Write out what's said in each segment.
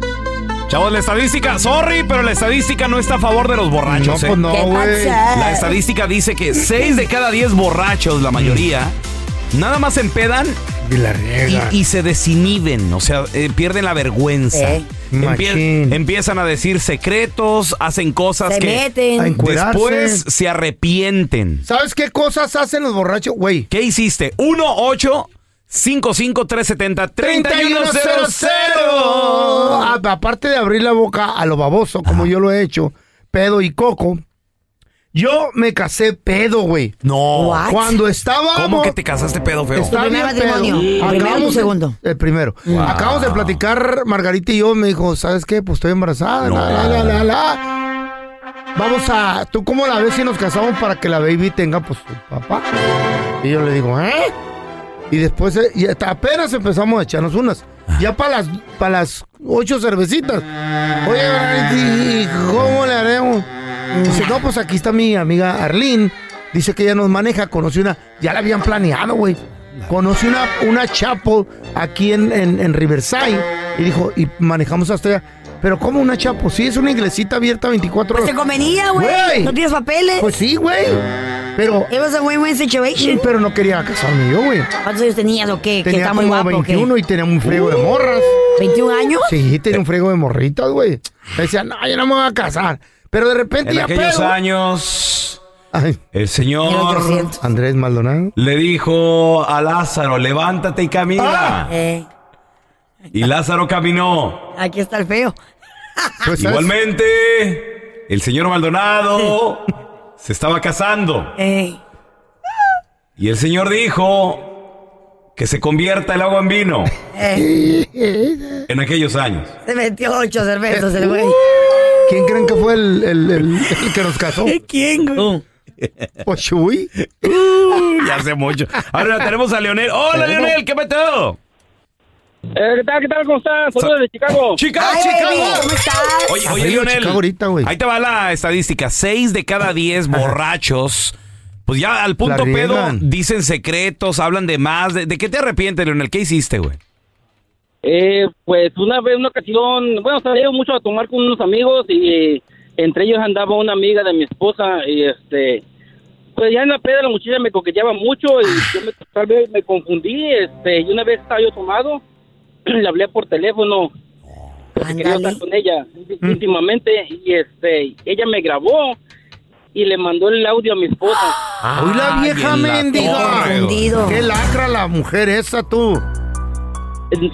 Chavos, la estadística, sorry, pero la estadística no está a favor de los borrachos. No, ¿eh? pues no, ¿Qué güey. pasa? La estadística dice que 6 de cada 10 borrachos, la mayoría, nada más se empedan Y la y, riega. y se desinhiben, o sea, eh, pierden la vergüenza. Eh. Empie- Machín. empiezan a decir secretos, hacen cosas Se que A meten. encuerarse. después se arrepienten. ¿Sabes qué cosas hacen los borrachos, güey? ¿Qué hiciste? 1 8 55 370 3100. 3100 A- Aparte de abrir la boca a lo baboso, como yo lo he hecho, pedo y coco, yo me casé pedo, güey. No. What? Cuando estábamos... ¿Cómo que te casaste pedo feo? Estaba primer bien pedo. matrimonio. ¿El primero o el segundo? El primero. Acabamos de platicar, Margarita y yo, me dijo, ¿sabes qué? Pues estoy embarazada. No. la, la, la, la". Vamos a, ¿tú cómo la ves si nos casamos para que la baby tenga pues su papá? Y yo le digo, ¿eh? Y después, eh, y hasta apenas empezamos a echarnos unas. Ya para las, para las ocho cervecitas. Oye, Margarita, ¿y cómo le haremos? Dice, no, pues aquí está mi amiga Arlene. Dice que ella nos maneja, conoce una, ya la habían planeado, güey. Conoce una, una chapo aquí en, en, en Riverside. Y dijo, y manejamos hasta allá. Pero ¿cómo una chapo? Sí, es una iglesita abierta 24 Pues te horas. convenía, Güey. güey. No tienes papeles. Pues sí, güey. Pero, It was a win-win situation. pero no quería casarme yo, güey. ¿Cuántos años tenías o qué? que Tenía está muy como guapo. o qué? 21 y tenía un friego de morras. ¿21 años? Sí, tenía un friego de morritas, güey. Decía, no, yo no me voy a casar. Pero de repente En ya aquellos pedo. años, Ay, el En el señor 800. Andrés Maldonado. le dijo a Lázaro, levántate y camina. Ah. Eh, Y Lázaro caminó. aquí está el feo. Pues, ¿sabes? Igualmente, el señor Maldonado se estaba casando. Eh, Y el señor dijo que se convierta el agua en vino. eh. En aquellos años. se metió ocho cervezas el güey. Uh, ¿Quién creen que fue el, el- el- el que nos casó? ¿Quién, güey? Pues Chuy. Uh, Ya hace mucho. Ahora tenemos a Leonel. ¡Hola, Leonel! ¿Qué metido? Eh, ¿Qué tal? ¿Qué tal? ¿Cómo estás? Saludos de Chicago. ¡Chicago, Ay, baby, Chicago! ¿cómo estás? Oye, Arriba oye, Lionel. Chicago ahorita, güey. Ahí te va la estadística. Seis de cada diez borrachos. Pues ya al punto La pedo riegan. dicen secretos, hablan de más. ¿De, de qué te arrepientes, Leonel? ¿Qué hiciste, güey? Eh, pues una vez, una ocasión, bueno, salieron mucho a tomar con unos amigos y eh, entre ellos andaba una amiga de mi esposa y este, pues ya en la peda la muchacha me coqueteaba mucho y yo me, tal vez me confundí, este, y una vez estaba yo tomado, le hablé por teléfono, porque quería estar con ella íntimamente y este ella me grabó y le mandó el audio a mi esposa. ¡Uy, la vieja mendiga! ¡Qué lacra la mujer esa, tú!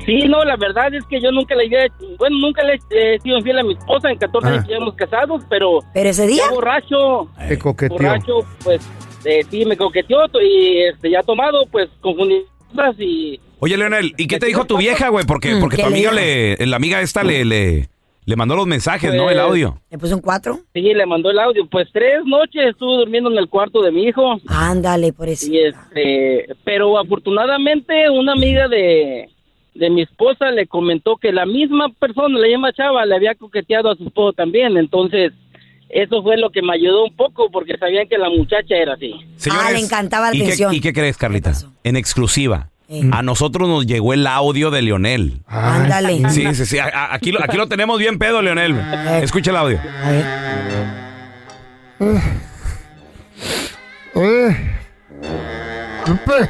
Sí, no, la verdad es que yo nunca le había, bueno, nunca le he eh, sido infiel a mi esposa, en 14 años que llevamos casados, pero... ¿Pero ese día? ya borracho, Te coqueteó. borracho, pues, eh, sí, me coqueteó y este, ya tomado, pues, confundí cosas y... Oye, Leonel, ¿y qué te dijo tu vieja, güey? Porque, porque Mm, ¿qué tu amiga le le, la amiga esta le, le, le mandó los mensajes, ¿no? El Pues, audio. ¿Le puso un cuatro? Sí, le mandó el audio. Pues tres noches estuve durmiendo en el cuarto de mi hijo. Ándale, por eso. Y este, pero afortunadamente una amiga de, de mi esposa le comentó que la misma persona, la misma chava, le había coqueteado a su esposo también. Entonces, eso fue lo que me ayudó un poco porque sabían que la muchacha era así. ah, le encantaba la ¿Y qué, atención. y qué crees, Carlita? En exclusiva. Eh. A nosotros nos llegó el audio de Leonel. Ándale. Sí, sí, sí. a- a- Aquí, lo- aquí lo tenemos bien pedo, Leonel. Escucha el audio. Eh. Oye, Lupe,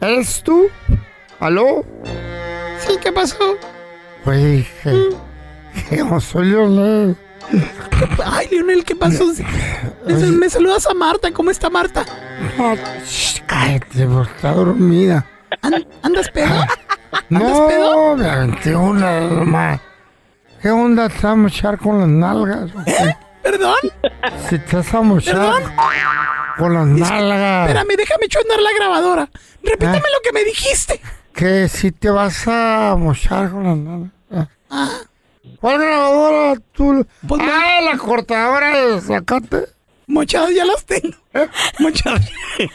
¿eres tú? ¿Aló? Sí, ¿qué pasó? Güey, que, que no soy Leonel. Ay, Leonel, ¿qué pasó? Me saludas a Marta, ¿cómo está Marta? Shh, Cállate, porque está dormida. ¿Andas pedo? No, me aventé una nomás. ¿Qué onda te vas a mochar con las nalgas? ¿Eh? ¿Perdón? Si te vas a mochar ¿Perdón? con las nalgas. Espérame, déjame echar a andar la grabadora. Repítame lo que me dijiste. Que si te vas a mochar con las nalgas. Ah. ¿Cuál grabadora tú? Pues ah, la cortadora de sacate. Mochadas ya las tengo. Mochadas.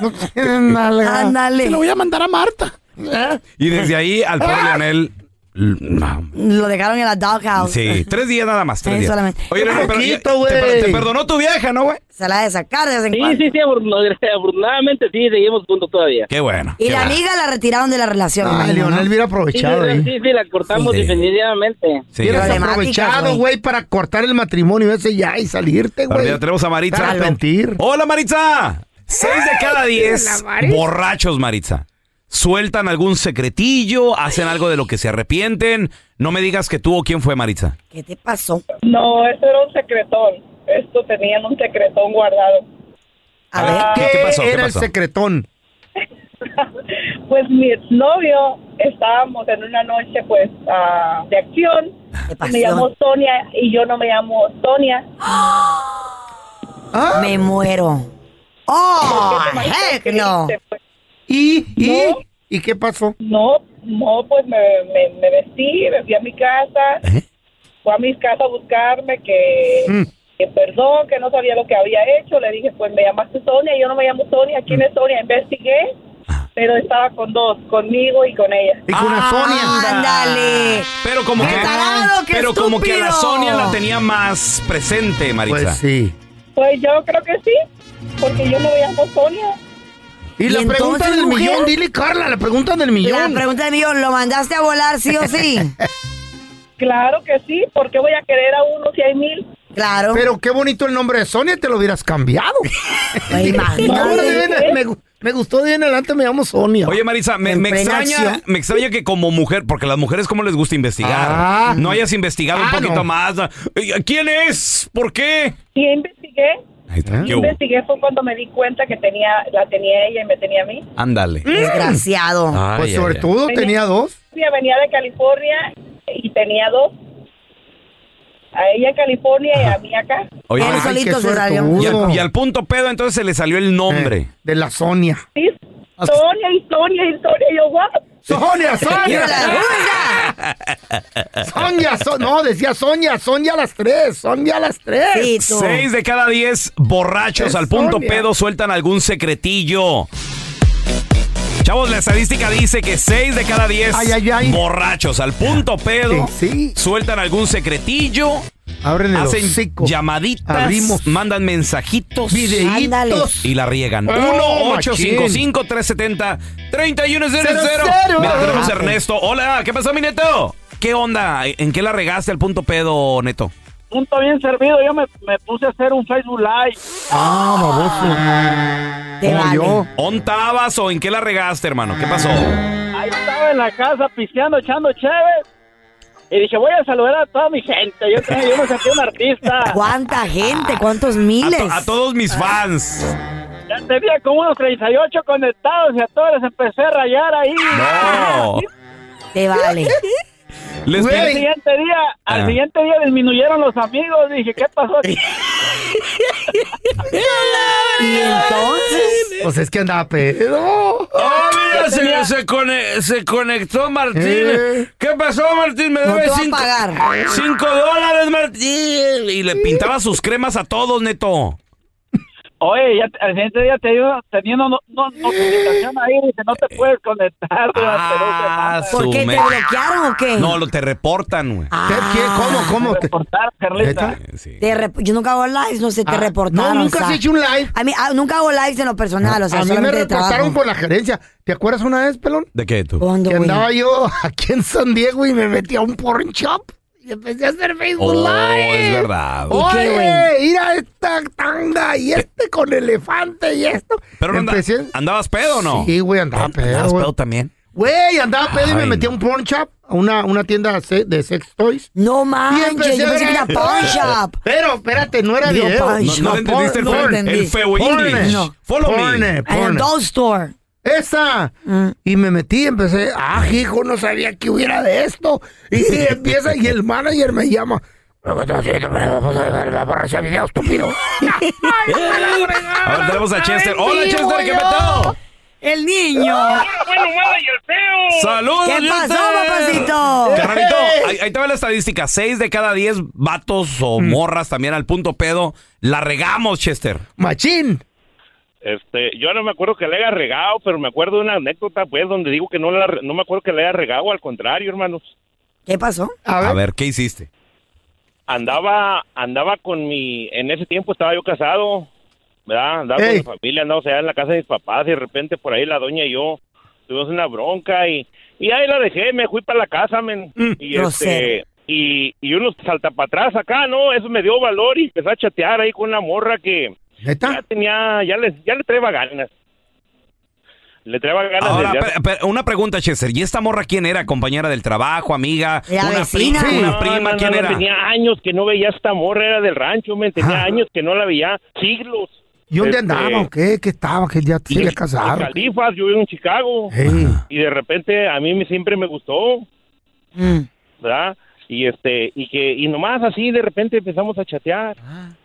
No tienen nalga. Ándale. Se lo voy a mandar a Marta. Ah, Y desde ahí al pobre Ah. Leonel. l- no. Lo dejaron en la doghouse. Sí, tres días nada más. Tres Sí, días. solamente. Oye, Leonel, pero ya- Poquito, te, güey. per- te perdonó tu vieja, ¿no, güey? Se la ha de sacar de vez en Sí, cuando. sí, sí, afortun- afortunadamente sí, seguimos juntos todavía. Qué bueno. Y la amiga la retiraron de la relación. Ah, imagino, Leonel ¿no? hubiera aprovechado Sí, ahí. sí, sí, la cortamos Sí. definitivamente. Hubieras Problemática, aprovechado, güey, para cortar el matrimonio ese ya y salirte, Ahora güey. ya tenemos a Maritza. Te vas a arrepentir. ¡Hola, Maritza! Seis de cada diez la Maritza. borrachos, Maritza. Sueltan algún secretillo, hacen algo de lo que se arrepienten. No me digas que tú o quién fue, Maritza. ¿Qué te pasó? No, esto era un secretón. Esto tenían un secretón guardado. ¿Qué, ¿Qué pasó? ¿Qué era pasó? el Ah, secretón? Pues mi exnovio, estábamos en una noche pues ah, de acción. Me llamó Sonia y yo no me llamo Sonia. Ah. Me muero. ¡Oh, heck no! ¿Y? ¿Y? ¿Y qué pasó? pues. No, no, pues me, me, me vestí, me fui a mi casa. Fue a mi casa a buscarme que, Mm. que perdón, que no sabía lo que había hecho. Le dije, pues me llamaste Sonia, yo no me llamo Sonia. Mm. ¿Quién es Sonia? Investigué, pero estaba con dos, conmigo y con ella. Y con una Sonia. Ah, ¡Ándale! Pero como ¡Qué que. tarado, qué pero como que a la estúpido! Sonia la tenía más presente, Maritza. Pues sí. Pues yo creo que sí, porque yo no me llamo Sonia. Y, la entonces, pregunta del mujer? millón, dile Carla, la pregunta del La millón. pregunta de millón, ¿lo mandaste a volar sí o sí? Claro que sí, porque voy a querer a uno si hay mil. Claro. Pero qué bonito el nombre de Sonia, te lo hubieras cambiado. Ahora de Pues imagínate. bien- me, gu- me gustó de bien adelante, me llamo Sonia. Oye, Marisa, me, En me plena extraña, acción. me extraña que como mujer, porque las mujeres como les gusta investigar, Ah. no hayas investigado un poquito más. Eh, ¿Quién es? ¿Por qué? Y investigué, ¿Eh? ¿Qué hubo? investigué fue cuando me di cuenta que tenía, la tenía ella y me tenía a mí. Ándale. Desgraciado. Ay, Mm. pues ay, sobre ay. todo tenía dos. Ella venía de California y tenía dos. A ella en California y a mí acá. Oye, Él Maritza, solito qué se salió. suertudo. y, al, suertudo. y al punto pedo entonces se le salió el nombre. Eh, De la Sonia. Sí, Sonia y Sonia y Sonia. Y yo, what? Sonia, Sonia. Sonia, So- no, decía Sonia, Sonia a las tres, Sonia a las tres. Seis de cada diez borrachos Qué al punto Sonia. pedo sueltan algún secretillo. Chavos, la estadística dice que seis de cada diez Ay, ay, ay. borrachos al punto pedo Sí, sueltan algún secretillo. Abren el Hacen hocico. llamaditas, Abrimos. mandan mensajitos, Ándale. y la riegan. Oh, 1-855-370-3100. Mira, tenemos a Ah, Ernesto. Hola, ¿qué pasó, mi neto? ¿Qué onda? ¿En qué la regaste al punto pedo, neto? Punto bien servido, yo me, me puse a hacer un Facebook Live. Ah, baboso. Te Como vale. yo. ¿Ontabas o en qué la regaste, hermano? ¿Qué pasó? Ahí estaba en la casa pisteando, echando chéves. Y dije, voy a saludar a toda mi gente. Yo, creo que yo me sentí un artista. Ah, ¿Cuánta gente? ¿Cuántos miles? A todos mis fans. Ya tenía como unos 38 conectados y a todos les empecé a rayar ahí. No. Te vale. Les Güey, al pedí- siguiente día, al Ah. siguiente día disminuyeron los amigos. Dije, ¿qué pasó aquí? ¿Y entonces? Pues es que andaba pedo. Ah, ¡Oh, mira! Se, se cone- se conectó Martín. Eh. ¿Qué pasó, Martín? Me No debe te va a cinco, pagar. cinco dólares, Martín. Y le pintaba sus cremas a todos, neto. Oye, ya, al siguiente día te iba teniendo no, no, notificación ahí. Dice, no te puedes conectar durante dos Ah, semanas. su me- o qué? No, lo te reportan, güey. ¿Cómo, cómo? Carlita? Te rep- yo nunca hago lives, no sé, te Ah, reportaron. no, nunca has hecho un live. A mí, ah, nunca hago lives en lo personal, Ah, o sea, a mí me solamente de reportaron trabajo. con la gerencia. ¿Te acuerdas una vez, pelón? ¿De qué tú? Que güey? andaba yo aquí en San Diego y me metí a un porn shop. Y empecé a hacer Facebook Oh, Live. es verdad. Oye, mira esta tanga y este con elefante y esto. Pero no anda- andabas pedo o no? Ah, Sí, güey, andaba pedo, Andabas güey. pedo también. Güey, andaba pedo y me Ay, metí a un porn shop, a una, una tienda se- de sex toys. No Y manches, empecé yo a pensé que era ver- pawn shop. Pero espérate, no era Digo, video. pawn No- no shop. entendiste el feo- el feo English. Follow me. An adult store. Mm. Esa. Y me metí, empecé, ah, hijo, no sabía que hubiera de esto. Y empieza, y el manager me llama. video, estúpido. A ver, tenemos a Chester. Hola, Sí, Chester, ¿qué güey, peteo? El niño. ¡Saludos, ¿Qué pasó, Chester! papacito? Carnalito, ahí, ahí te va la estadística. Seis de cada diez vatos o morras también al punto pedo. La regamos, Chester. Machín. Este, yo no me acuerdo que le haya regado, pero me acuerdo de una anécdota, pues, donde digo que no, la, re- no me acuerdo que le haya regado, al contrario, hermanos. ¿Qué pasó? A ver, ¿qué hiciste? Andaba, andaba con mi, en ese tiempo estaba yo casado, ¿verdad? Andaba Ey. con mi familia, andaba, o sea, en la casa de mis papás, y de repente por ahí la doña y yo tuvimos una bronca y, y ahí la dejé, me fui para la casa, men. y grosero. este, y, y uno salta para atrás acá, ¿no? Eso me dio valor y empecé a chatear ahí con una morra que ya tenía, ya le, ya le traía ganas. Le traía ganas Ahora, de... ya- pe- pe- una pregunta, Chester. ¿Y esta morra quién era? ¿Compañera del trabajo, amiga? La ¿Una vecina. prima? Sí. ¿Una No, prima? no, no, ¿Quién no, era? tenía años que no veía esta morra, era del rancho, men, tenía años que no la veía, siglos. ¿Y dónde Este, andaba o qué? ¿Qué estaba? Que ya se había en casado. Califas, yo vivo en Chicago. Ey. Y de repente a mí me- siempre me gustó, Mm. ¿verdad? Y este y que y nomás así de repente empezamos a chatear.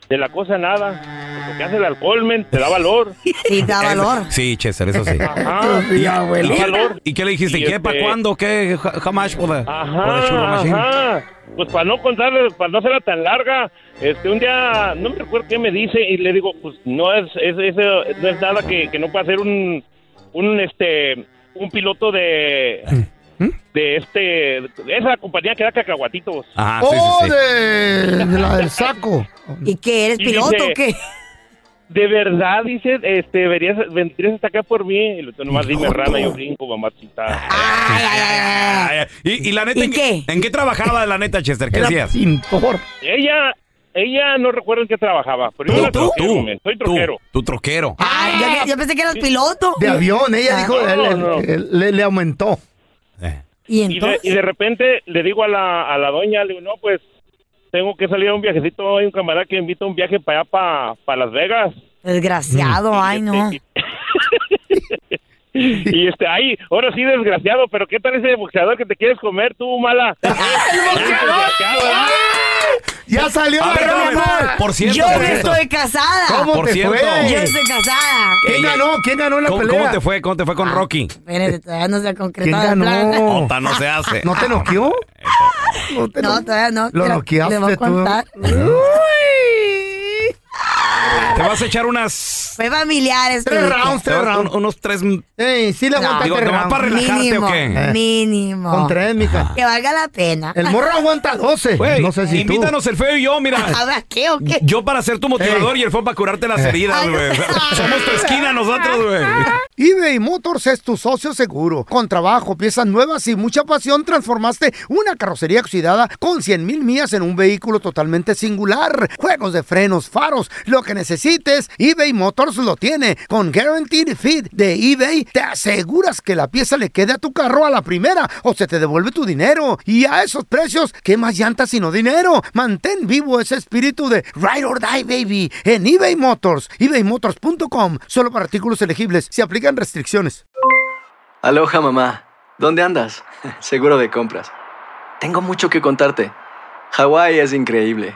De la cosa nada. Lo que hace el alcohol, men, te da valor. Em, Sí, te da valor. Sí, Chester, eso sí. Ajá. ¿Y, abuelo. y qué- Valor. y qué le dijiste? Y ¿Qué? ¿Para este- cuándo? ¿Qué? ¿Jamás? Ajá, ajá. Pues para no contarle, para no hacerla tan larga, este un día no me recuerdo qué me dice y le digo, pues no es, es, es- no es nada que, que no pueda hacer un un este un piloto de ¿Mm? de este esa compañía que da cacahuatitos. Ajá, oh, De, de la del saco. ¿Y qué? ¿Eres Y piloto dice- o qué? De verdad, dice, este, deberías, vendrías hasta acá por mí. Y le digo, nomás dime rana, yo brinco, mamacita. Ah, Ay, ay, Y, y la neta, ¿en qué? ¿En qué trabajaba la neta, Chester? ¿Qué Era hacías? Ella, ella no recuerdo en qué trabajaba, pero yo ¿Tú? era ¿Tú? troquero, ¿Tú? men, soy troquero. Tu troquero. Yo, yo pensé que eras piloto. De avión, ella Ah. dijo, él- él- él- le, le aumentó. ¿Y, de- y de, repente le digo a la, a la doña, le digo, no, pues tengo que salir a un viajecito, hay un camarada que me invita a un viaje para allá, para Las Vegas. Desgraciado, Mm. ay no. Y este, ahí, ahora sí desgraciado, pero ¿qué tal ese boxeador que te quieres comer tú, mala? Ya salió A la ver, gran espérame, mal. por cierto, yo por no cierto. estoy casada. ¿Cómo Por te cierto. fue? Yo estoy casada. ¿Quién Ella- ganó? ¿Quién ganó la ¿Cómo, pelea? cómo te fue? ¿Cómo te fue Ah, con Rocky? Espérate, todavía no se ha ¿Quién concretado el plan. ganó? Ota, no se hace. ¿No te noqueó? No, te No, todavía no. Lo Te noqueaste le voy a tú. contar. Te vas a echar unas. Fue familiar esto. te vas- un- unos tres. Ey, sí le aguantaste Digo, tres ¿nomás rounds. para relajarte Mínimo, o qué? mínimo. Eh. Con tres, mija. Que valga la pena. El morro aguanta 12. Güey, no sé si tú. invítanos el feo y yo, mira. ¿Ahora qué o qué? Yo para ser tu motivador y el feo para curarte las Eh. heridas, güey. Somos tu esquina nosotros, güey. eBay Motors es tu socio seguro. Con trabajo, piezas nuevas y mucha pasión, transformaste una carrocería oxidada con 100 mil millas en un vehículo totalmente singular. Juegos de frenos, faros, lo que necesites, eBay Motors lo tiene. Con Guaranteed Fit de eBay, te aseguras que la pieza le quede a tu carro a la primera o se te devuelve tu dinero. Y a esos precios, ¿qué más llantas sino dinero? Mantén vivo ese espíritu de Ride or Die, baby, en eBay Motors. ebaymotors.com. Solo para artículos elegibles. Se aplican restricciones. Aloha mamá, ¿dónde andas? Seguro de compras. Tengo mucho que contarte. Hawái es increíble.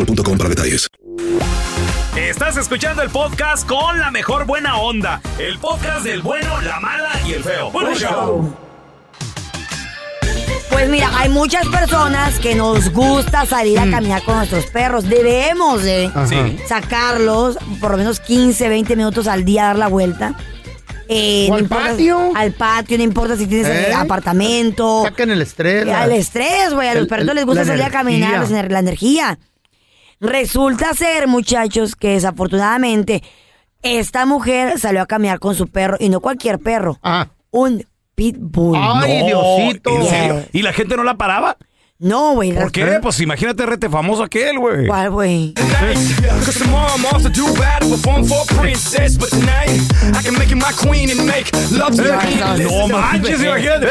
para detalles. Estás escuchando el podcast con la mejor buena onda. El podcast del bueno, la mala y el feo. Bueno, show. Pues mira, hay muchas personas que nos gusta salir Mm. a caminar con nuestros perros. Debemos de Ajá. Sí. sacarlos por lo menos 15, 20 minutos al día a dar la vuelta. Eh, ¿O no al importa- Al patio, no importa si tienes ¿Eh? el apartamento. Saquen el estrés. Eh, Al estrés, güey. A los El- perritos el- les gusta la salir a caminar, energía. les ener- la energía. Resulta ser, muchachos, que desafortunadamente esta mujer salió a caminar con su perro, y no cualquier perro, un pitbull. No, ¿en serio? ¿Y la gente no la paraba? No, güey. ¿Por qué? Pues imagínate rete famoso aquel, güey. ¿Cuál, güey? Eh, Cause tomorrow I'm off to do battle, perform for a princess. But tonight, I can make you my queen and make love to you. No manches, imagínate.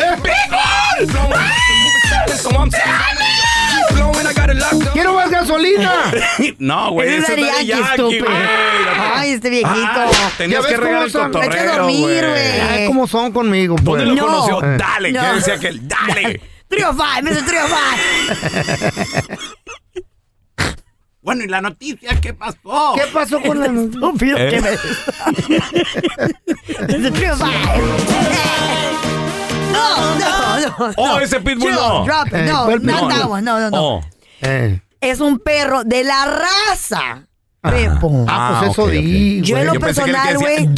¡Quiero más gasolina! No, güey, ese Ese es es Daddy Yankee, Yankee, güey. estúpido. Ay, este viejito. Ah, tenías que regar el cotorreo, güey. Ay, cómo son conmigo, pues. ¿Dónde lo conoció? Eh. Dale, No. ¿qué decía aquel? Dale. Trio Five, me hizo Trio Five. Bueno, ¿y la noticia qué pasó? ¿Qué pasó con el estúpido que ¿Eh? Desde Trio Five. No, no, no. Oh, no. ese pitbull Chill, no. drop it. Eh, No, ¿cuál no, pitbull? that one, no, no, Eh. no. Oh. Es un perro de la raza. Repo. Ah, pues eso ok, ok. di, Yo en lo güey. personal, güey.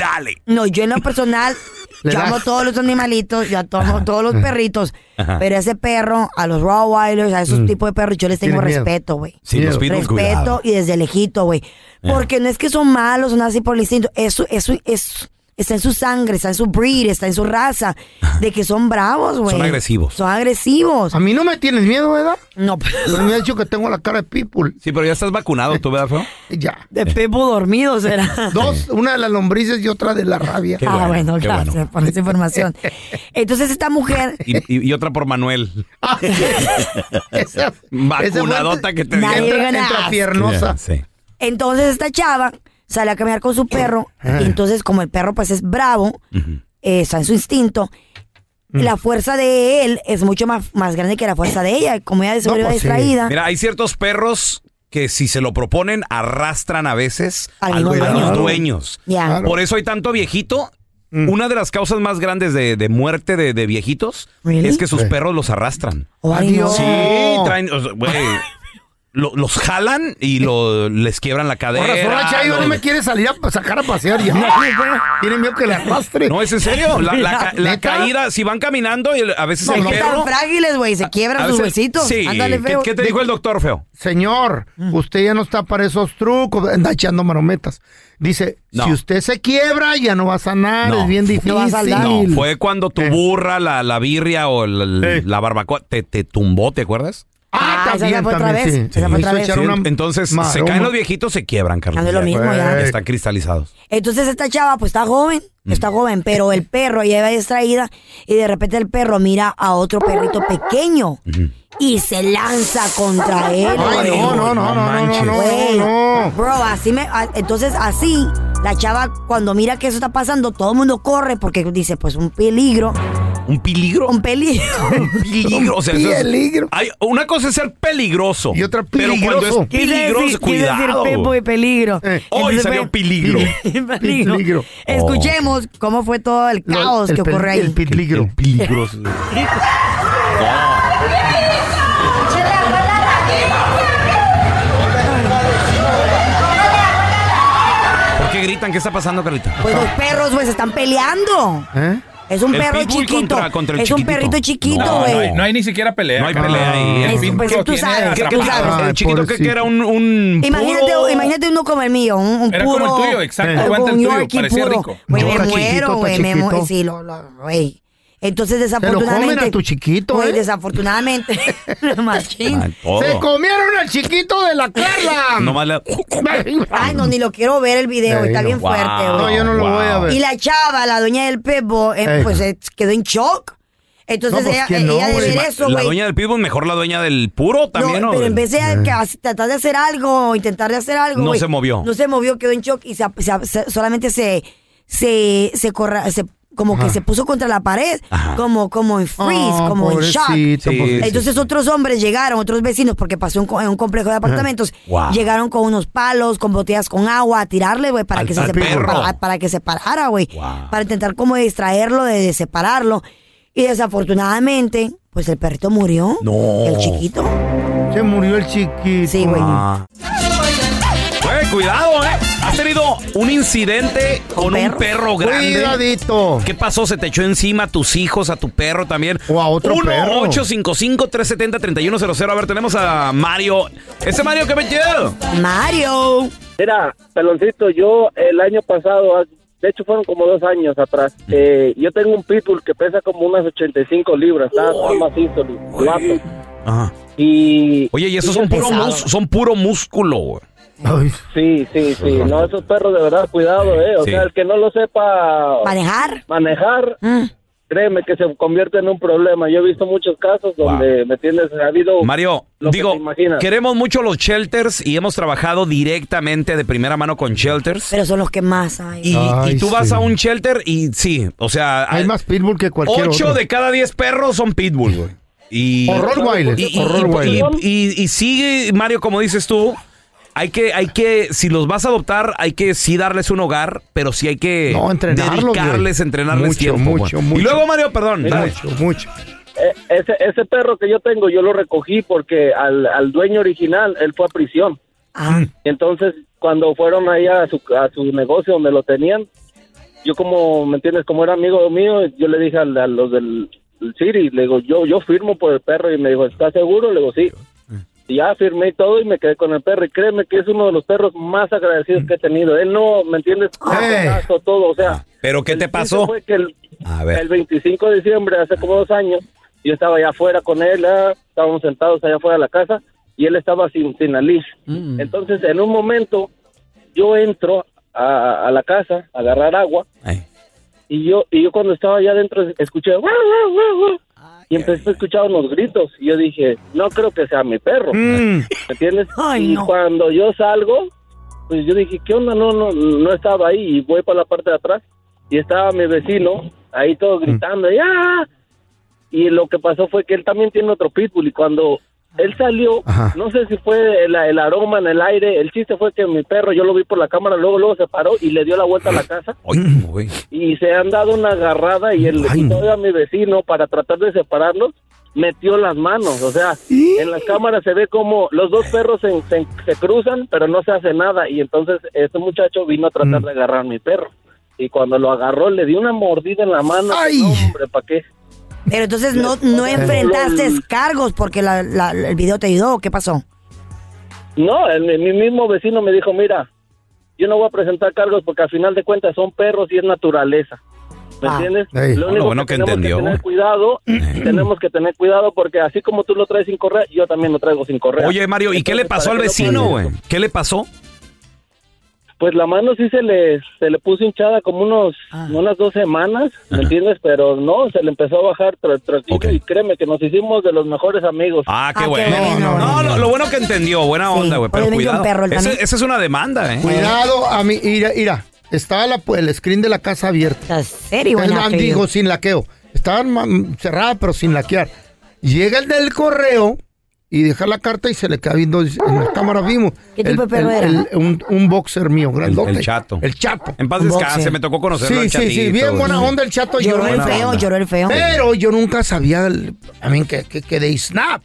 No, yo en lo personal, Le yo das. amo todos los animalitos, yo amo todos los perritos. Ajá. Pero ese perro, a los Rottweilers, a esos tipos de perros, yo les tengo Tiene miedo. respeto, güey. Sí, los pitbulls, Respeto cuidado. y desde lejito, güey. Porque no es que son malos o nada así por el instinto. Eso, eso, es. Está en su sangre, está en su breed, está en su raza. De que son bravos, güey. Son agresivos. Son agresivos. A mí no me tienes miedo, ¿verdad? No. pues, Pero me ha dicho que tengo la cara de people. Sí, pero ya estás vacunado, ¿tú, verdad, feo? Ya. De people dormido será. Dos, una de las lombrices y otra de la rabia. ah, bueno, gracias por esa información. Entonces esta mujer Y, y- y otra por Manuel. Vacunadota que te Nadie dieron. gana. piernosa. Ya, sí. Entonces esta chava sale a caminar con su perro. Ah. Y entonces, como el perro pues es bravo, eh, está en su instinto. Mm. La fuerza de él es mucho más, más grande que la fuerza de ella. Como ella se vuelve pues distraída. Mira, hay ciertos perros que si se lo proponen arrastran a veces Al a, mismo los- a dueño. los dueños. Ya. Claro. Por eso hay tanto viejito. Mm. Una de las causas más grandes de, de muerte de, de viejitos Really? es que sus Sí. perros los arrastran. Ay, no. Sí, traen, o sea, güey, lo- los jalan y lo- les quiebran la Por cadera. razón, la Chayo no los- me quiere salir a sacar a pasear ya. Tiene miedo que le arrastre. No, es en serio. La, la ca- la ¿Neta? caída, si van caminando, y el- a veces Es el que perro. tan frágiles, güey. Se a quiebran sus veces- huesitos. Sí. Ándale, ¿Qué- feo. ¿Qué, te dijo el doctor, feo? Señor, usted ya no está para esos trucos, anda echando marometas. Dice, No. si usted se quiebra, ya no va a sanar, No. es bien difícil. Eh. No, fue cuando tu burra, la, la birria o la, la- la barbacoa te, te tumbó, ¿te acuerdas? Ah, esa también, ya fue otra también, vez. sí. Esa fue Sí, otra hizo vez. echar una- Entonces, se maroma. caen los viejitos, se quiebran, Carlos. Ah, de lo mismo, ya. Están cristalizados. Entonces esta chava pues está joven, Mm. está joven, pero el perro ya va distraída y de repente el perro mira a otro perrito pequeño y se lanza contra él. Ay, güey. no, no, no, no, no, no, no, Güey, no. Bro, así me, a- entonces así la chava cuando mira que eso está pasando, todo el mundo corre porque dice pues un peligro ¿Un peligro? Un peligro. Un peligro. O sea, eso es- Peligro. hay- una cosa es ser peligroso. Y otra Pero cuando es peligroso, cuidado. Pepo y peligro. Hoy Entonces salió fue- peligro. Oh. peligro. Escuchemos cómo fue todo el caos que ocurre ahí. peligro. El peligro. ¿Por qué gritan? ¿Qué está pasando, Carlita? Pues los perros, güey, se están peleando. ¿Eh? Es un El perro pitbull chiquito. contra- contra el es un chiquito. perrito chiquito, No, no, güey. hay, no hay ni siquiera pelea. No hay pelea ahí. El Eso, pitbull pues, lo tú tiene sabes, tú atrapado. sabes. El chiquito creo que era un... un Imagínate, puro- imagínate uno como el mío, un, un Era como puro. el tuyo, exacto, un aguanta el tuyo, Yorkie parecía puro. rico. Güey, me Yorkie, muero, chiquito, pues, güey, está me muero. chiquito. Sí, lo, lo, güey. Entonces, comen a desafortunadamente. tu chiquito, Güey, ¿eh? desafortunadamente. Machín. Se comieron al chiquito de la Ah, Carla. Nomás le... pues, Ay, no, ni lo quiero ver el video, Ey, está no. bien Wow, fuerte, güey. no, yo no lo Wow. voy a ver. Y la chava, la doña del Pepo, eh, Ey. pues eh, quedó en shock. Entonces No, pues, ella, eh, ¿quién no, ella de güey? ver Ma- eso, La güey. dueña del pitbull, mejor la dueña del puro también, no, ¿no? pero en vez de Eh. que as- tratar de hacer algo, intentar de hacer algo, No güey, se movió. No se movió, quedó en shock y se, se- se- solamente se, se, se, corra- se- como que Ajá. Ah, se puso contra la pared, Ajá. como, como en freeze, Oh, como en shock. pobrecito, Sí, pobrecito. Entonces otros hombres llegaron, otros vecinos, porque pasó un co- en un complejo de apartamentos, Wow. llegaron con unos palos, con botellas con agua a tirarle, güey, para Al- que se al separa- perro. para, para que se parara, güey, para intentar como distraerlo, de, de separarlo. Y desafortunadamente, pues el perrito murió. No. El chiquito. Se murió el chiquito. Sí, güey. Ah. Güey, cuidado, ¿eh? Has tenido un incidente con un perro grande. Cuidadito. ¿Qué pasó? ¿Se te echó encima a tus hijos, a tu perro también? O a otro perro. 1-855-370-3100. A ver, tenemos a Mario. Ese Mario que me lleva. Mario. Mira, peloncito, yo el año pasado, ah, de hecho fueron como dos años atrás, eh, yo tengo un pitbull que pesa como unas 85 libras, está está macizo, guapo. Ajá. Y, Oye, y esos y son puro, pesado. mus- son puro músculo, güey. Sí, sí, sí. No, esos perros de verdad, cuidado, eh. O Sí. sea, el que no lo sepa manejar, Mm. manejar, créeme que se convierte en un problema. Yo he visto muchos casos donde, ¿me entiendes? Ha habido Mario, lo que digo, te imaginas. queremos mucho los shelters y hemos trabajado directamente de primera mano con shelters. pero son los que más hay. Y, y Ay, tú vas sí. a un shelter y sí, o sea, Hay más pitbull que cualquier 8 otro. de cada 10 perros son pitbull, güey. Y, O Rottweiler, Y, y- o y- Rottweiler. y- y- y sigue, Mario, como dices tú, hay que, hay que, si los vas a adoptar, hay que sí darles un hogar, pero sí hay que No, entrenarlos, güey. dedicarles, entrenarles Mucho, tiempo. güey. mucho, Y mucho. luego, Mario, perdón, Mira, dale. mucho. Eh, ese, ese perro que yo tengo, yo lo recogí porque al, al dueño original, él fue a prisión. ah. Y entonces, cuando fueron ahí a su, a su negocio donde lo tenían, yo como, ¿me entiendes? Como era amigo mío, yo le dije al- a, los del del City, le digo, yo, yo firmo por el perro. Y me dijo, ¿estás seguro? Le digo, sí. Y ya firmé y todo y me quedé con el perro. Y créeme que es uno de los perros más agradecidos que he tenido. Él no, ¿me entiendes? Caso, todo, o sea... Pero ¿qué te Eso pasó? fue que el, A ver. el 25 de diciembre, hace como dos años, yo estaba allá afuera con él, ah, estábamos sentados allá afuera de la casa y él estaba sin, sin la leash. Mm. Mm. Entonces, en un momento, yo entro a, a la casa a agarrar agua y yo y yo cuando estaba allá adentro escuché "Guau, guau, guau, guau", y empecé a escuchar unos gritos y yo dije, no creo que sea mi perro, ¿me entiendes? y cuando yo salgo, pues yo dije, ¿qué onda? No, no, no estaba ahí y voy para la parte de atrás y estaba mi vecino ahí todo gritando, ya. Y lo que pasó fue que él también tiene otro pitbull y cuando él salió, no sé si fue el, el aroma en el aire, el chiste fue que mi perro, yo lo vi por la cámara, luego luego se paró y le dio la vuelta a la casa y se han dado una agarrada y el y todavía mi vecino para tratar de separarlos metió las manos, o sea, en las cámaras se ve como los dos perros se, se- se cruzan, pero no se hace nada y entonces este muchacho vino a tratar de agarrar a mi perro y cuando lo agarró le dio una mordida en la mano, No, hombre, ¿para qué? Pero entonces no, no enfrentaste cargos porque la- la- el video te ayudó. ¿o ¿Qué pasó? No, el- mi mismo vecino me dijo, mira, yo no voy a presentar cargos porque al final de cuentas son perros y es naturaleza. ¿Me Ah. entiendes? Ey. Lo Ah, lo único bueno que tenemos entendió. que tener cuidado, tenemos que tener cuidado porque así como tú lo traes sin correa, yo también lo traigo sin correa. Oye, Mario, ¿y qué le Entonces, pasó al ¿para qué lo vecino, pones? güey? ¿Qué le pasó? Pues la mano sí se le, se le puso hinchada como unos, Ah. unas dos semanas, ¿me entiendes? Pero no, se le empezó a bajar tra traquillo y créeme que nos hicimos de los mejores amigos. Ah, qué bueno. No, lo, lo bueno que entendió, buena onda, güey, pero obviamente un cuidado. perro, él Ese- también. Esa es una demanda, ¿eh? Cuidado a mi. Mira, mira. Estaba la- el screen de la casa abierta. serio, Es buena, la- querido? Digo, sin laqueo. Estaban ma- cerradas, pero sin laquear. Llega el del correo y deja la carta y se le cae viendo. En la cámara vimos. ¿Qué tipo el- de perro el- era? el- un, un boxer mío, grandote. el chato. El chato. En paz Un descanse, boxer. me tocó conocerlo Sí, al sí, sí. chatito, Bien güey. buena onda el chato. Lloró el buena feo, onda. lloró el feo. Pero yo nunca sabía, el- a mí, que, que, que de snap.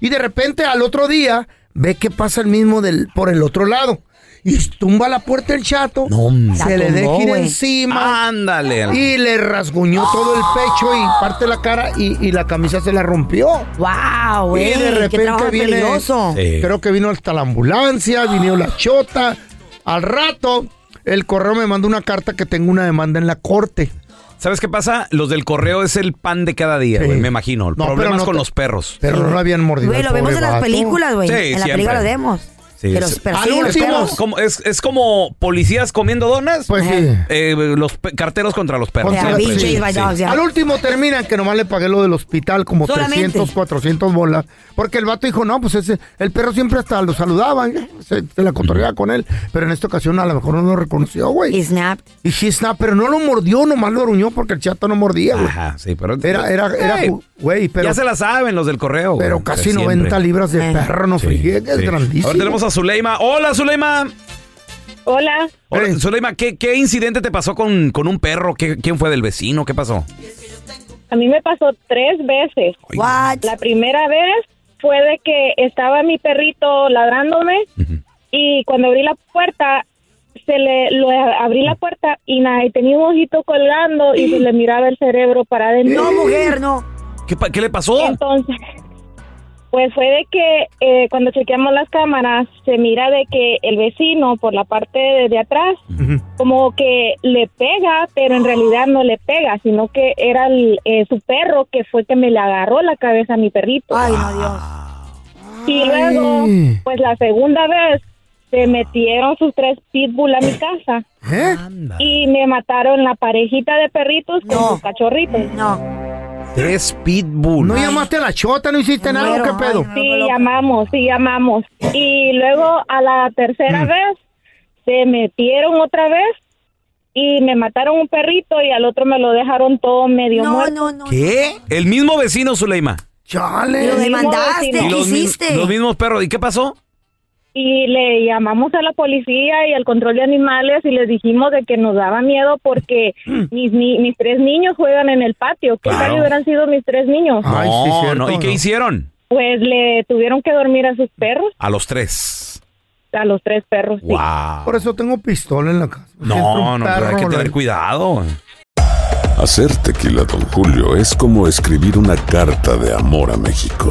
Y de repente al otro día ve que pasa el mismo del, por el otro lado. Y tumba la puerta el chato. se La le tumbó, deja ir güey. encima. Ah, Ándale. Y le rasguñó todo el pecho y parte de la cara y, y la camisa se la rompió. ¡Wow, güey! Y de ¡Qué repente trabajo viene. peligroso! Sí. Creo que vino hasta la ambulancia, vino la chota. Al rato, el correo me mandó una carta que tengo una demanda en la corte. ¿Sabes qué pasa? Los del correo es el pan de cada día, güey, me imagino. El No, problema pero es no con te- los perros. Pero no lo habían mordido. Güey, al lo vemos pobre en las vato. películas, güey. Sí, en la siempre. película lo vemos. Sí, que sí. los Al persiguen los último, perros. como- es, es como policías comiendo donas. Pues sí. Eh, los pe- carteros contra los perros. Contra siempre. los Sí, perros. sí. Al último terminan que nomás le pagué lo del hospital como Solamente. 300, 400 bolas. Porque el vato dijo, no, pues ese, el perro siempre hasta lo saludaba, ¿eh? se, se la controlaba con él. Pero en esta ocasión a lo mejor no lo reconoció, güey. Y snapped. Y he snapped, pero no lo mordió, nomás lo gruñó porque el chato no mordía, güey. Ajá, sí, pero... Era, era, era, Ey, ju- güey, pero... ya se la saben los del correo. güey, Pero casi siempre. 90 libras Eh. de perro, no friegues, Sí. grandísimo. Ahora tenemos a Zuleima. Hola, Zuleima. Hola. Hola, Zuleima, ¿qué, qué incidente te pasó con, con un perro? ¿Qué- ¿Quién fue del vecino? ¿Qué pasó? A mí me pasó tres veces. La primera vez fue de que estaba mi perrito ladrándome y cuando abrí la puerta se le lo abrí la puerta y nada, y tenía un ojito colgando y se le miraba el cerebro para adentro. No, mujer, no. ¿Qué, pa- qué le pasó? Entonces, pues fue de que eh, cuando chequeamos las cámaras, se mira de que el vecino por la parte de, de atrás, Ah. como que le pega, pero en realidad no le pega, sino que era el, eh, su perro que fue que me le agarró la cabeza a mi perrito. Ay, no, Dios. Y luego, pues la segunda vez, se metieron sus tres pitbull a mi casa. Y me mataron la parejita de perritos con sus cachorritos. No. Tres pitbull. ¿No llamaste a la chota? ¿No hiciste nada? ¿o ¿Qué pedo? Sí, llamamos, sí, llamamos. Y luego a la Mm. tercera vez se metieron otra vez y me mataron un perrito y al otro me lo dejaron todo medio muerto. No, no, ¿Qué? El mismo vecino, Zuleima. Chale. Lo demandaste, Y ¿qué los, mis- hiciste? los mismos perros. ¿Y qué pasó? Y le llamamos a la policía y al control de animales y les dijimos de que nos daba miedo porque mis, ni- mis tres niños juegan en el patio. ¿Qué Mm. Claro. tal hubieran sido mis tres niños? no, no. ¿Y qué hicieron? Pues le tuvieron que dormir a sus perros, A los tres. a los tres perros. sí. Wow. Por eso tengo pistola en la casa. Siempre No, un no, pero hay perro, que tener lo- cuidado. Hacer tequila, Don Julio, es como escribir una carta de amor a México.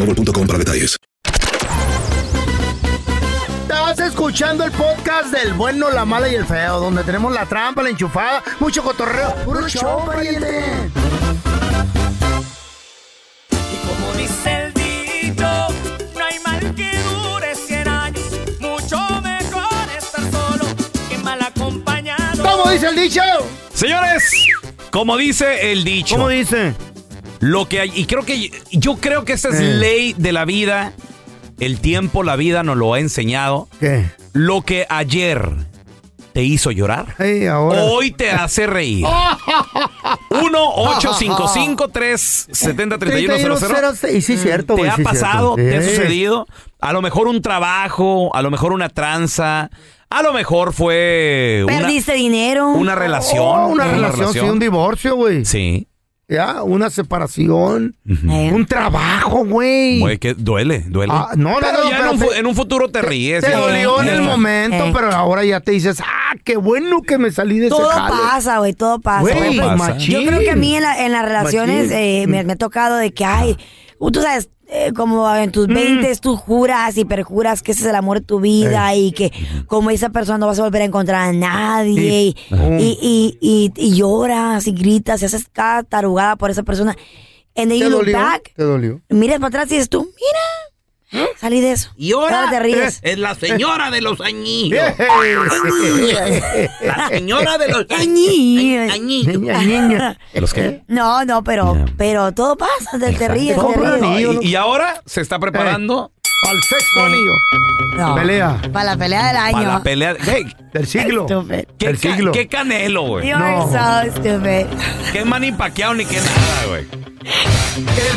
para detalles. Estás escuchando el podcast del bueno, la mala y el feo, donde tenemos la trampa, la enchufada, mucho cotorreo. Puro show, pariente. Como dice el dicho, no hay mal que dure 100 años. Mucho mejor estar solo que mal acompañado. ¿Cómo dice el dicho? Señores, como dice el dicho. ¿Cómo dice? Lo que hay, y creo que yo creo que esta es Eh. ley de la vida El tiempo, la vida nos lo ha enseñado. ¿Qué? Lo que ayer te hizo llorar, Ey, ahora. ¡Oh! hoy te hace reír. 1-855-370-3100. Y sí, cierto, ¿Te güey, ha sí, pasado? cierto. ¿Te ha Sí. sucedido? A lo mejor un trabajo, a lo mejor una tranza, a lo mejor fue una, Perdiste dinero. una relación. Oh, una relación, sí, un divorcio, güey. Sí. Ya, una separación. Un trabajo, güey. Güey, que duele, duele. Ah, no, no, Pero no, ya en un, fu- espérate. en un futuro te, ríes. Te ya. dolió en Ya el está. momento, Eh. pero ahora ya te dices, ah, qué bueno que me salí de Todo ese jale. pasa, güey, todo pasa. Güey, Por ejemplo, todo pues, pasa. Yo creo que a mí en, la- en las relaciones Machín. eh, me, me ha tocado de que, ay, tú sabes, eh, como en Mm. tus 20 tú juras y perjuras que ese es el amor de tu Eh. vida y que como esa persona no vas a volver a encontrar a nadie y, Ajá. y- y- y- y lloras y gritas y haces cada tarugada por esa persona. En ¿Te el look dolió? back, ¿Te dolió? miras para atrás y dices tú, mira, salí de eso. ¿Eh? Y ahora te ríes. es la señora de los añidos. La la señora de los añitos. ¿Los qué? No, no, pero, pero todo pasa, te, te ríes, te Compra ríes. un anillo, ¿no? y, y ahora se está preparando Eh. al sexto anillo. No. Pelea. Para la pelea del año. para la pelea. Hey, del siglo. ¿Qué, Del ca- siglo. qué canelo, güey? You are so stupid. Qué mani paqueado ni qué nada, güey.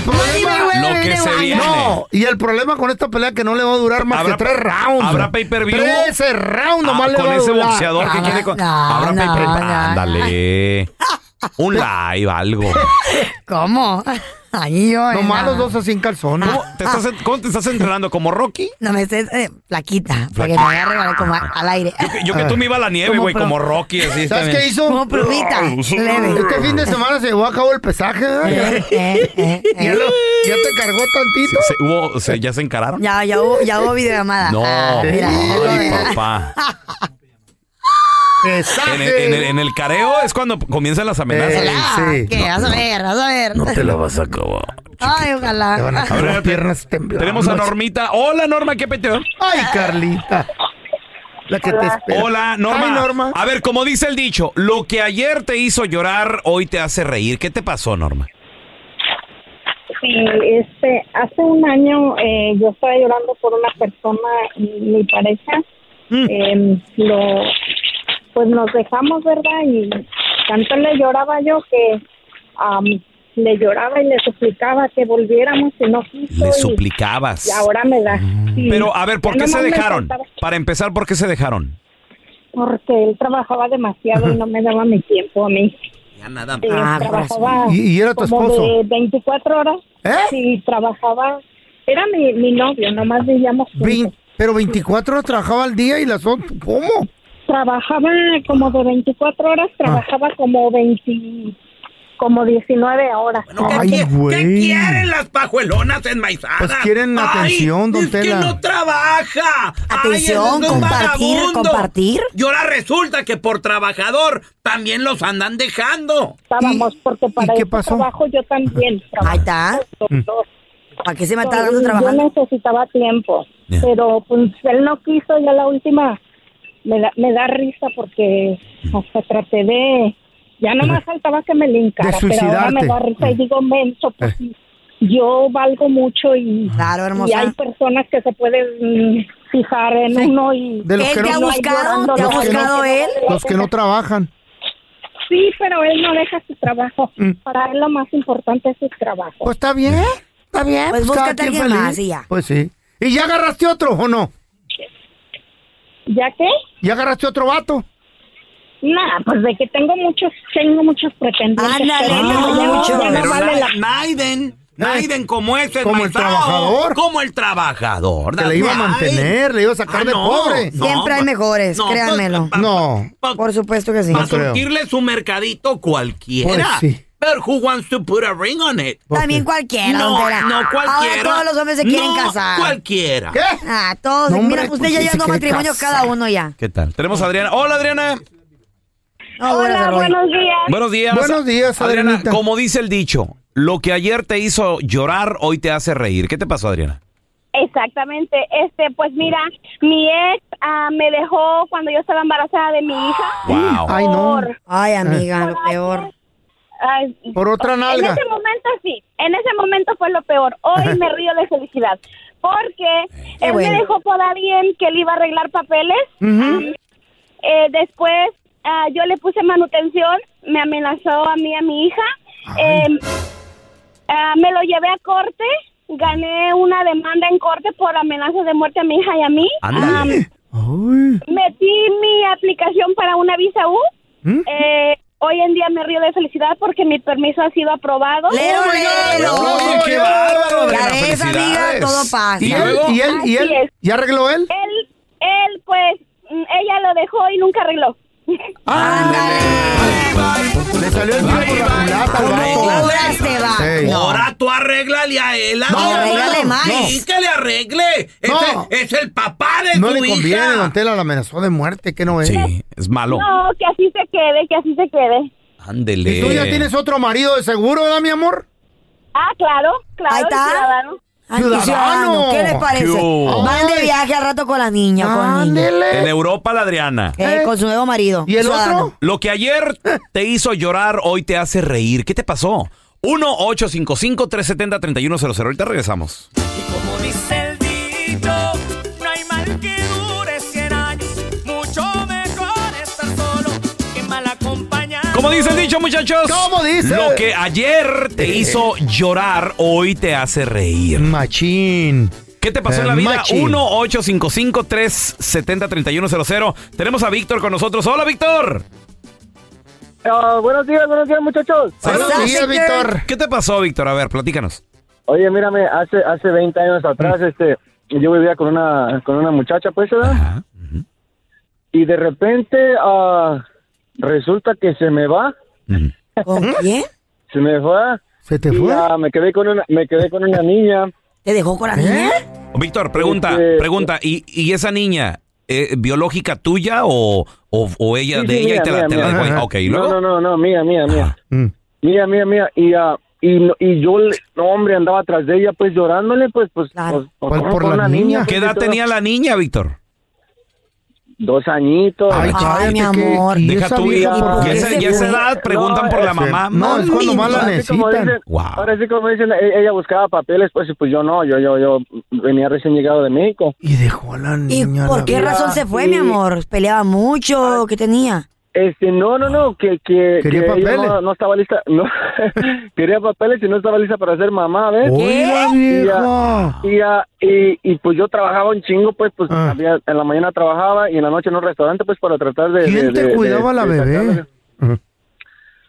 problema- Lo que se viene. No, y el problema con esta pelea es que no le va a durar más Habrá- que tres rounds. habrá pay-per-view. Trece rounds nomás Ah, le con va a ese durar. boxeador que Ah, quiere con- no, Habrá Ah, no, pay-per- no. Ándale. Un live, algo. ¿Cómo? Anillo. Nomás no. los dos así en calzones. ¿Te estás, ¿Cómo te estás entrenando? ¿Como Rocky? No me estés eh, plaquita, para que me agarre al- como a- al aire. Yo que tú me iba a la nieve, Como güey, pro- como Rocky. Así ¿Sabes también. qué hizo? Como plumita, Ah, leve. Este fin de semana se llevó a cabo el pesaje. ¿verdad? ya, lo- ya te cargó tantito. Se- hubo- se- ¿Ya se encararon? Ya, ya hubo, ya hubo videollamada. No. Ah, mira. Ay, papá. En el, en el- en el careo es cuando comienzan las amenazas. Ah, ¿Qué? Vas a ver, vas a ver. vas a acabar. Ay, ojalá. las piernas temblando. Tenemos a Normita. Hola, Norma, ¿qué peteo? Ay, Carlita. La que te espera. Hola, Norma. Ay, Norma. A ver, como dice el dicho, lo que ayer te hizo llorar, hoy te hace reír. ¿Qué te pasó, Norma? Sí, este, hace un año eh, yo estaba llorando por una persona y mi pareja, Mm. em, lo, pues nos dejamos, ¿verdad? Y tanto le lloraba yo que am, le lloraba y le suplicaba que volviéramos y no quiso. Le y, suplicabas. Mm. y ahora me da. sí. Pero, a ver, ¿por Ya qué se nomás me dejaron? faltaba- Para empezar, ¿por qué se dejaron? Porque él trabajaba demasiado y no me daba mi tiempo a mí. Ya nada. Eh, trabajaba Ah, ¿Y, y era tu como esposo? ¿Eh? de 24 horas. Sí, trabajaba. Era mi, mi novio, nomás vivíamos juntos. Vein- pero 24 horas trabajaba al día y las otras. ¿Cómo? Trabajaba como de 24 horas, trabajaba Ah. como 20, como 19 horas. Ay, güey. quieren las pajuelonas enmaizadas? Pues quieren Ay, atención, don es que Tela. no trabaja. Atención, Ay, es un compartir, vagabundo. compartir. Y ahora resulta que por trabajador también los andan dejando. Estábamos, porque para ese trabajo yo también Ahí trabajaba. está. ¿Para qué se me está Entonces, dando trabajando? Yo necesitaba tiempo, pero pues él no quiso ya la última. Me da, me da risa porque Mm. hasta traté de... Ya no más faltaba que me lincara, De pero ahora me suicidarte. da risa Mm. y digo, menso, Eh. pues yo valgo mucho y, y hermosa. hay personas que se pueden mm, fijar en uno y... De los que no- Llorando, los que no- llorando, Los que no trabajan. Sí, pero él no deja su trabajo. Para él lo más importante es su trabajo. Mm. Pues está bien, está bien. ¿Eh? Pues cada búscate a alguien quien feliz. más y ya. Pues sí. ¿Y ya agarraste otro o no? ¿Ya qué? ¿Ya agarraste otro vato? Nah, pues de que tengo muchos, tengo muchos pretendientes. Ándale, pero no, no, ya no- Ah, pero ya no vale na- la- Naiden, Naiden como es Como el enmaizado, trabajador. Como el trabajador. Te le iba a mantener, le iba a sacar Ah, de no, pobre. no, Siempre hay pues, mejores, no, créanmelo. No. Por supuesto que sí. Para surtirle su mercadito cualquiera. Pues sí. Pero who wants to put a ring on it? También cualquiera, No, don Tela. no, Ahora cualquiera. todos los hombres se quieren No, casar. cualquiera. ¿Qué? Ah, todos. No, hombre, mira, pues, usted ya ¿quién se lleva dos quiere matrimonios casar? cada uno ya. ¿Qué tal? Tenemos a Adriana. Hola, Adriana. Hola, buenos días. Buenos días. Adriana. Como dice el dicho, lo que ayer te hizo llorar, hoy te hace reír. ¿Qué te pasó, Adriana? Exactamente, este, pues mira, mi ex ah, me dejó cuando yo estaba embarazada de mi hija. Wow. Ay, no. Ay, amiga, lo peor. Ay, Por otra nalga. En ese momento sí, en ese momento fue lo peor. Hoy me río de felicidad. Porque Qué él bueno. me dejó por alguien que él iba a arreglar papeles. Ujú. Eh, después ah, yo le puse manutención, me amenazó a mí y a mi hija. Eh, ah, me lo llevé a corte, gané una demanda en corte por amenazas de muerte a mi hija y a mí. Ándale. Ay. Ah, metí mi aplicación para una visa U. ¿Mm? Eh, hoy en día me río de felicidad porque mi permiso ha sido aprobado. Oye, qué bárbaro, de la felicidades. ¿Y él? ¿Y él? ¿Y él? Así es. ¿Ya arregló él? Él, él, pues, mm, ella lo dejó y nunca arregló. Eh. Le salió el tiro por la culata al vato. Ey. Ah, Ahora tú arréglale a él. No, adiós. arréglale más. Y que le arregle. No. Este es el papá de No tu le hija. conviene, don Tela, la amenazó de muerte, que no es. Sí, es malo. No, que así se quede, que así se quede. Ándele. ¿Y tú ya tienes otro marido de seguro, verdad, mi amor? Ah, claro, claro. Ahí está. el ciudadano. Ay, ciudadano, ¿Qué les parece? ¿Qué hubo? Van de viaje al rato con la niña, con el niño. En Europa, la Adriana. Eh, Con su nuevo marido. ¿Y el otro? Lo que ayer te hizo llorar, hoy te hace reír. ¿Qué te pasó? 1-855-370-3100. Ahorita regresamos. Como dice el dicho, no hay mal que dure 100 años. Mucho mejor estar solo que mal acompañado. Como dice el dicho, muchachos. ¿Cómo dice? Lo que ayer te Eh. hizo llorar, hoy te hace reír. Machín. ¿Qué te pasó en la Eh, vida? machín. 1-855-370-3100. Tenemos a Víctor con nosotros. Hola, Víctor. Ah, buenos días, buenos días, muchachos. ¿Qué te pasó, Víctor? A ver, platícanos. Oye, mírame, hace hace 20 años atrás, este, yo vivía con una con una muchacha, pues, ¿verdad? Y de repente, ah, resulta que se me va. ¿Con quién? Se me fue. ¿Se te fue? me quedé con una me quedé con una niña. ¿Te dejó con la niña? Víctor, pregunta, Este- pregunta. ¿Y, y esa niña, eh, biológica tuya o, o- o ella Sí, de sí, ella mía, y te la, mía, te la mía. dejó? ahí? Ok, ¿y no, luego? No, no, no, mía, mía, mía. Mm. Mía, mía, mía. Y, ah, y, no- y yo, le- no, hombre, andaba atrás de ella, pues, llorándole, pues, pues, pues, pues, ¿cómo con una niña. ¿Qué edad tenía la niña, Víctor? Dos añitos. Ay, cállate, mi ¿qué? amor. ¿Y Deja esa tu vieja, vieja, ¿por y qué esa- se y esa fue? edad preguntan por la es- mamá. No, es cuando más la Así como necesitan. dicen- Wow. Ahora sí, como dicen, e- ella buscaba papeles, pues, y pues yo no, yo, yo, yo venía recién llegado de México. Y dejó a la niña. ¿Por qué razón se fue, mi amor? ¿Peleaba mucho? ¿Qué tenía? Este, no, no, no, que, que, Quería que ella papeles. no, no estaba lista, no, quería papeles y no estaba lista para ser mamá, ¿ves? Oiga, Y, ah, Y, ah, y, y, pues yo trabajaba un chingo, pues, pues Ah. había- en la mañana trabajaba y en la noche en un restaurante, pues para tratar de... de- ¿Quién de- te de- cuidaba la de sacarla bebé?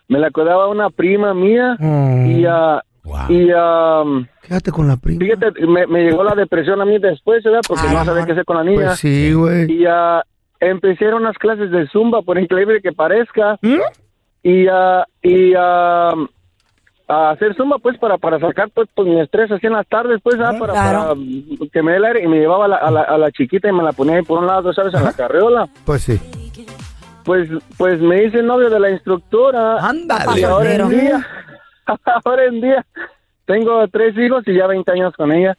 me la cuidaba una prima mía y ah, y ah, Quédate con la prima. Ah. fíjate me, me llegó la depresión a mí después ¿verdad? porque no sabía qué hacer con la niña Pues sí, güey. y ah, empecé a ir a unas clases de zumba por increíble que parezca ¿Mm? y ah, y ah, a hacer zumba pues para para sacar pues, pues, mi estrés así en las tardes pues ¿verdad? para, para, mm, que me dé el aire y me llevaba a la, a la- a la chiquita y me la ponía ahí por un lado sabes en la carreola Pues sí. pues, pues me hice novio de la instructora. Ándale. Y ahora en Soltero. día, ahora en día, tengo tres hijos y ya 20 años con ella.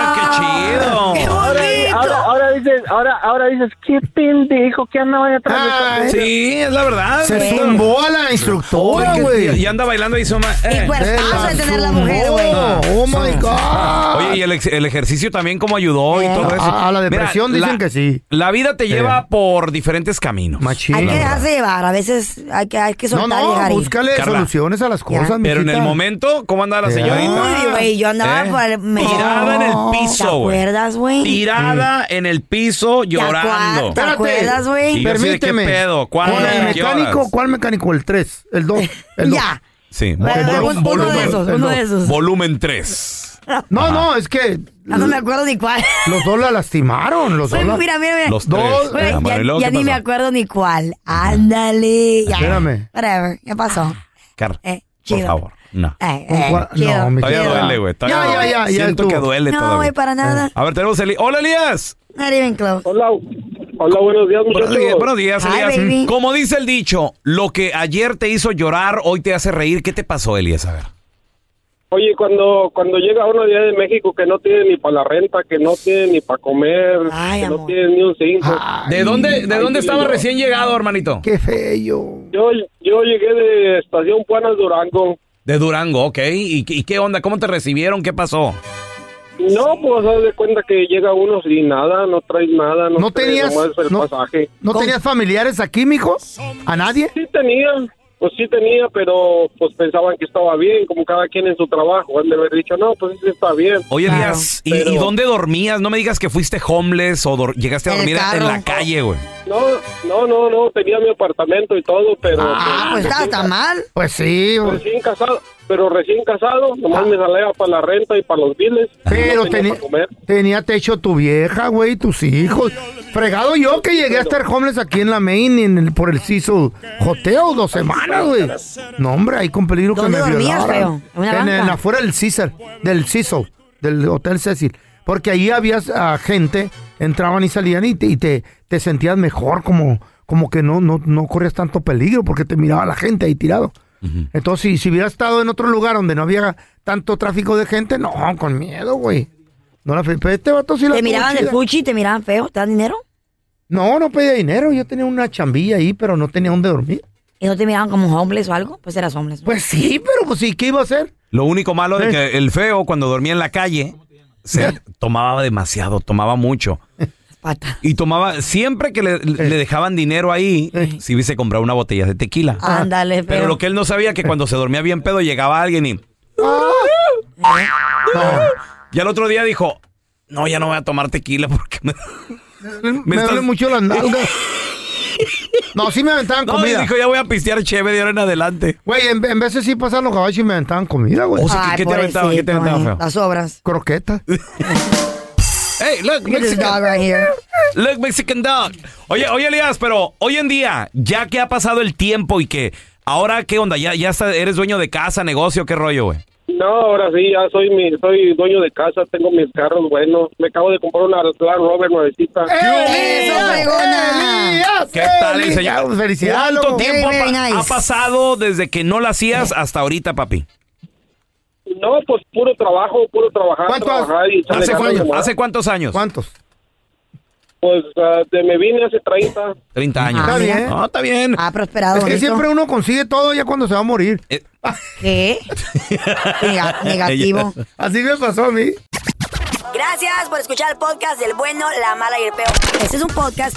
¡Ah, qué chido! Ahora, ahora, ahora dices, ahora, ahora dices, qué pendejo, que andaba allá atrás. Ah, de esta Ah, Sí, es la verdad. Se güey. zumbó a la instructora, Oye, que- güey. Y anda bailando y suma. Y pues, cuerpazo de tener la mujer, güey. Oh, my God. Oye, y el, ex- el ejercicio también como ayudó y Eh. todo eso. A- a la depresión dicen que sí. La vida te lleva por diferentes caminos. Hay La que verdad. dejarse llevar. A veces hay que, hay que soltar y dejar pues, ir. Carla, soluciones a las cosas, Pero en mijita. el momento, ¿cómo anda la Eh. señorita? Uy, güey, yo andaba ¿Eh? por el medio. Tirada en el ¿Te piso, güey. acuerdas, güey? Mm. Tirada en el piso llorando. ¿Te acuerdas, güey? Y yo así de, Permíteme. ¿Qué pedo? ¿Cuál? ¿Con el ¿A qué horas? mecánico? ¿Cuál mecánico? ¿El 3? ¿El 2? ¿El 2? Ya. Sí. Pero Vol- algún- uno de esos, uno de esos. Volumen 3. No, no, es que No, no me acuerdo ni cuál. los dos la lastimaron. Los Güey, dos la- mira, mira, mira. Los eh, dos. Güey, Ah, ya bueno, ¿y luego ya qué ni me pasó? acuerdo ni cuál. Ándale. Ya. Espérame. Whatever. ¿Qué pasó? Car, Eh, por chido. favor. No. Eh, eh, Cua- chido. No, mi Todavía querida. duele, güey. todavía Ya, duele. ya, ya, ya Siento estuvo. que duele No, todavía. güey, para Eh. nada. A ver, tenemos a Eli- ¡Hola, Elías! Not even close. Hola. Hola, buenos días, Buenos muchachos. días, buenos días, Hi, Elías. baby. Como dice el dicho, lo que ayer te hizo llorar, hoy te hace reír. ¿Qué te pasó, Elías? A ver. Oye, cuando cuando llega uno allá de México que no tiene ni para la renta, que no tiene ni para comer, que no tiene ni un cinco. ¿De dónde, de Ay, dónde sí, estaba yo- recién llegado, hermanito? Qué feo. Yo, yo llegué de Estación Puebla al Durango. De Durango, ok. ¿Y, qué- y qué onda? ¿Cómo te recibieron? ¿Qué pasó? No, pues haz de cuenta que llega uno sin nada, no traes nada, no, ¿No traes tenías- nomás el no- pasaje. ¿No tenías familiares aquí, mijo? ¿A nadie? Sí tenía, pues sí tenía, pero pues pensaban que estaba bien, como cada quien en su trabajo. Han de haber dicho, no, pues sí está bien. Oye, Díaz, ¿y, y dónde dormías? No me digas que fuiste homeless o dor- llegaste a En el dormir en carro. la calle, güey. No, no, no, no, tenía mi apartamento y todo, pero... pues estaba tan mal. Pues sí, güey. Recién casado, pero recién casado, nomás me salía para la renta y para los biles. Pero no tenía, para comer. tenía techo tu vieja, güey, tus hijos. Fregado yo que llegué a estar homeless aquí en la Main en el- por el CISO Joteo dos semanas, güey. No, hombre, ahí con peligro que ¿Dónde me dormías, violaran. feo? ¿En una En, banca? en afuera del César, del CISO, del Hotel Cecil. Porque ahí había ah, gente, entraban y salían y te, y te, te sentías mejor, como, como que no, no, no corrías tanto peligro porque te miraba la gente ahí tirado. Entonces, si, si hubiera estado en otro lugar donde no había tanto tráfico de gente, no, con miedo, güey. No la fe- pero este vato sí la ¿Te tuvo miraban el chida. fuchi? ¿Te miraban feo? ¿Te dan dinero? No, no pedía dinero. Yo tenía una chambilla ahí, pero no tenía dónde dormir. ¿Y no te miraban como homeless o algo? Pues eras homeless. Pues sí, pero pues sí, ¿qué iba a hacer? Lo único malo de que el feo, cuando dormía en la calle, se tomaba demasiado, tomaba mucho. Y tomaba, siempre que le, le dejaban dinero ahí, sí se compraba una botella de tequila. Ah, Ándale, feo. Pero lo que él no sabía que cuando se dormía bien pedo llegaba alguien y. ¿Eh? Ah, Y al otro día dijo, no, ya no voy a tomar tequila porque me, Me estás- duelen mucho las nalgas. No, sí me aventaban No, y comida. dijo, ya voy a pistear chévere de ahora en adelante. Güey, en, en veces sí pasaban los caballos y me aventaban comida, güey. O sea, ¿qué- Ay, qué te aventaban? ¿Qué te pobrecito, aventaban, feo? ¿eh? Las obras. Croquetas. Hey, look, Look at this Mexican- dog right here. Look, Mexican dog. Oye, oye, Elías, pero hoy en día, ya que ha pasado el tiempo y que ahora, ¿qué onda? ¿Ya, ya está- eres dueño de casa, negocio? ¿Qué rollo, güey? No, ahora sí, ya soy mi, soy dueño de casa, tengo mis carros buenos. Me acabo de comprar una Land Rover nuevecita. ¡Eh, ¿Qué tal, el señor? Felicidades, ¿Cuánto loco. tiempo Very, ha, very pa- nice. ha pasado desde que no la hacías hasta ahorita, papi? No, pues puro trabajo, puro trabajar, trabajar y echarle ¿Hace, ganas cuánto- nomás. hace cuántos años? ¿Cuántos? Pues ah, de- me vine hace 30. 30 años. Está bien. No, está bien. Ha Ah, prosperado. Es que bonito. siempre uno consigue todo ya cuando se va a morir. Eh. ¿Qué? Nega- negativo. Así me pasó a mí. Gracias por escuchar el podcast del bueno, la mala y el peor. Este es un podcast